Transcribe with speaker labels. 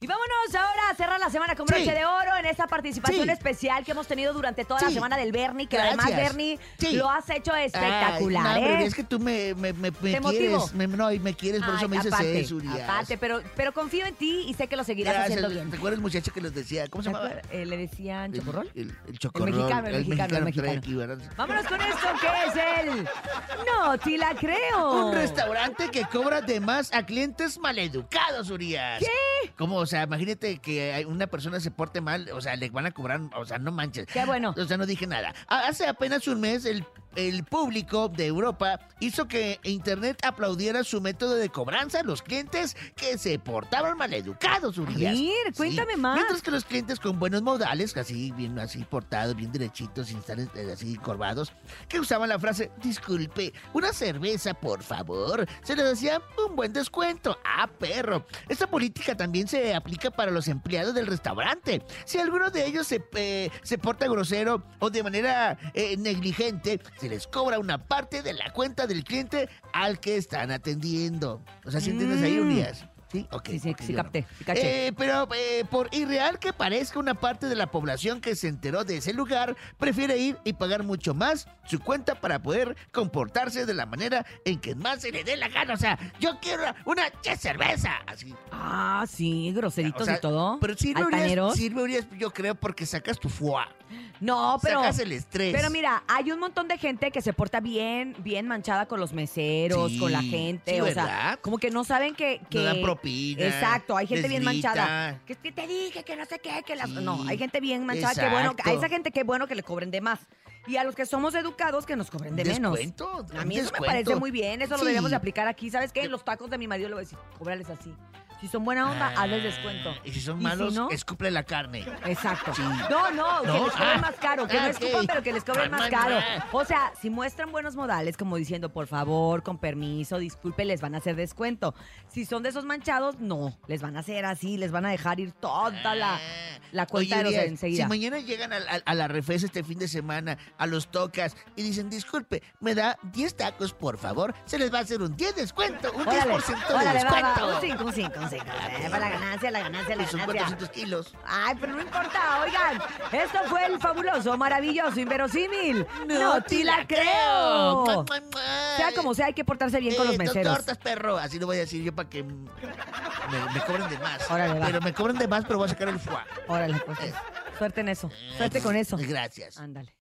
Speaker 1: Y vámonos ahora a cerrar la semana con broche
Speaker 2: Sí.
Speaker 1: de oro en esta participación
Speaker 2: Sí.
Speaker 1: especial que hemos tenido durante toda la
Speaker 2: Sí.
Speaker 1: semana del Bernie, que además
Speaker 2: Gracias.
Speaker 1: Bernie
Speaker 2: Sí.
Speaker 1: lo has hecho espectacular,
Speaker 2: Ay, no, pero
Speaker 1: ¿eh?
Speaker 2: Es que tú me, me, me, me
Speaker 1: ¿Te motivo?
Speaker 2: quieres. Me, no, y me quieres, por
Speaker 1: Ay,
Speaker 2: eso me dices
Speaker 1: aparte,
Speaker 2: eso, Urias.
Speaker 1: aparte, pero, pero confío en ti y sé que lo seguirás
Speaker 2: Gracias.
Speaker 1: haciendo bien.
Speaker 2: ¿Te acuerdas, muchacho, que les decía? ¿Cómo se
Speaker 1: ¿Te
Speaker 2: llamaba?
Speaker 1: acuerdas? Eh, le decían
Speaker 2: El-
Speaker 1: chocorrol.
Speaker 2: El, el chocorrol.
Speaker 1: mexicano, el mexicano, el
Speaker 2: trae
Speaker 1: mexicano.
Speaker 2: aquí, ¿verdad?
Speaker 1: Vámonos con esto que es el No te la creo.
Speaker 2: Un restaurante que cobra de más a clientes maleducados, Urias. ¿Qué? Como, o sea, imagínate que hay- una persona se porte mal, o sea, le van a cobrar, o sea, no manches.
Speaker 1: Qué bueno.
Speaker 2: O sea, no dije nada. A- Hace apenas un mes, el, el público de Europa hizo que Internet aplaudiera su método de cobranza a los clientes que se portaban maleducados, Urias.
Speaker 1: ver, cuéntame más.
Speaker 2: Mientras que los clientes con buenos modales, así, bien así portados, bien derechitos, sin estar eh, así corvados, que usaban la frase, disculpe, una cerveza, por favor, se les hacía un buen descuento. Ah, perro. Esta política también se aplica para los empleados del restaurante. Si alguno de ellos se, eh, se porta grosero o de manera eh, negligente, se les cobra una parte de la cuenta del cliente al que están atendiendo. O sea, si entiendes ahí,
Speaker 1: Mm.
Speaker 2: Urias? Sí, ok.
Speaker 1: Sí, sí,
Speaker 2: ok,
Speaker 1: sí,
Speaker 2: yo no.
Speaker 1: capté, sí, caché.
Speaker 2: Eh, eh, pero eh, por irreal que parezca, una parte de la población que se enteró de ese lugar prefiere ir y pagar mucho más su cuenta para poder comportarse de la manera en que más se le dé la gana. O sea, yo quiero una che cerveza. Así.
Speaker 1: Ah, sí, groseritos
Speaker 2: O sea,
Speaker 1: y todo.
Speaker 2: Pero sirve,
Speaker 1: altaneros.
Speaker 2: Urias, sirve, Urias, yo creo, porque sacas tu fuá.
Speaker 1: No, pero.
Speaker 2: sacas el estrés.
Speaker 1: Pero mira, hay un montón de gente que se porta bien, bien manchada con los meseros,
Speaker 2: Sí,
Speaker 1: con la gente.
Speaker 2: sí,
Speaker 1: o sea,
Speaker 2: ¿verdad?
Speaker 1: como que no saben que. que...
Speaker 2: no dan propina.
Speaker 1: Exacto, hay gente
Speaker 2: les
Speaker 1: bien
Speaker 2: grita.
Speaker 1: manchada. Que, que te dije que no sé qué, que las.
Speaker 2: Sí,
Speaker 1: no, hay gente bien manchada, que bueno.
Speaker 2: exacto.
Speaker 1: A esa gente que bueno que le cobren de más. Y a los que somos educados que nos cobren Pues de menos. A
Speaker 2: Descuento, un
Speaker 1: mí eso me
Speaker 2: descuento.
Speaker 1: parece muy bien, eso lo
Speaker 2: Sí.
Speaker 1: debemos de aplicar aquí. ¿Sabes qué? Los tacos de mi marido le voy a decir, cóbrales así. Si son buena onda, hazles descuento.
Speaker 2: Ah, Y si son
Speaker 1: si
Speaker 2: malos,
Speaker 1: no?
Speaker 2: escuple la carne.
Speaker 1: Exacto.
Speaker 2: Sí.
Speaker 1: No, no, que
Speaker 2: No,
Speaker 1: les cobren
Speaker 2: ah,
Speaker 1: más caro, que
Speaker 2: ah,
Speaker 1: no
Speaker 2: ok.
Speaker 1: escupan, pero que les cobren
Speaker 2: Ma,
Speaker 1: más
Speaker 2: ma,
Speaker 1: caro.
Speaker 2: ma.
Speaker 1: O sea, si muestran buenos modales, como diciendo, por favor, con permiso, disculpe, les van a hacer descuento. Si son de esos manchados, no, les van a hacer así, les van a dejar ir toda la,
Speaker 2: Ah.
Speaker 1: la cuenta
Speaker 2: Oye,
Speaker 1: de los
Speaker 2: Urias,
Speaker 1: enseguida.
Speaker 2: Si mañana llegan a, a- a la refes este fin de semana, a los tocas, y dicen, disculpe, me da 10 tacos, por favor, se les va a hacer un 10 descuento, un 10% de
Speaker 1: órale, va, va,
Speaker 2: descuento.
Speaker 1: un 5, un 5, un 5. Para la ganancia, la ganancia, la
Speaker 2: Y son
Speaker 1: ganancia.
Speaker 2: 400 kilos.
Speaker 1: Ay, pero no importa, oigan, esto fue el fabuloso, maravilloso, inverosímil. No, te la creo.
Speaker 2: Mua, mua, mua.
Speaker 1: Sea como sea, hay que portarse bien con los
Speaker 2: Eh, dos
Speaker 1: meseros.
Speaker 2: tortas, perro. Así lo voy a decir yo para que me, me cobren de más.
Speaker 1: Órale, va.
Speaker 2: pero me cobren de más, pero voy a sacar el fuá.
Speaker 1: Órale, pues. Suerte en eso. Suerte con eso.
Speaker 2: Gracias.
Speaker 1: Ándale.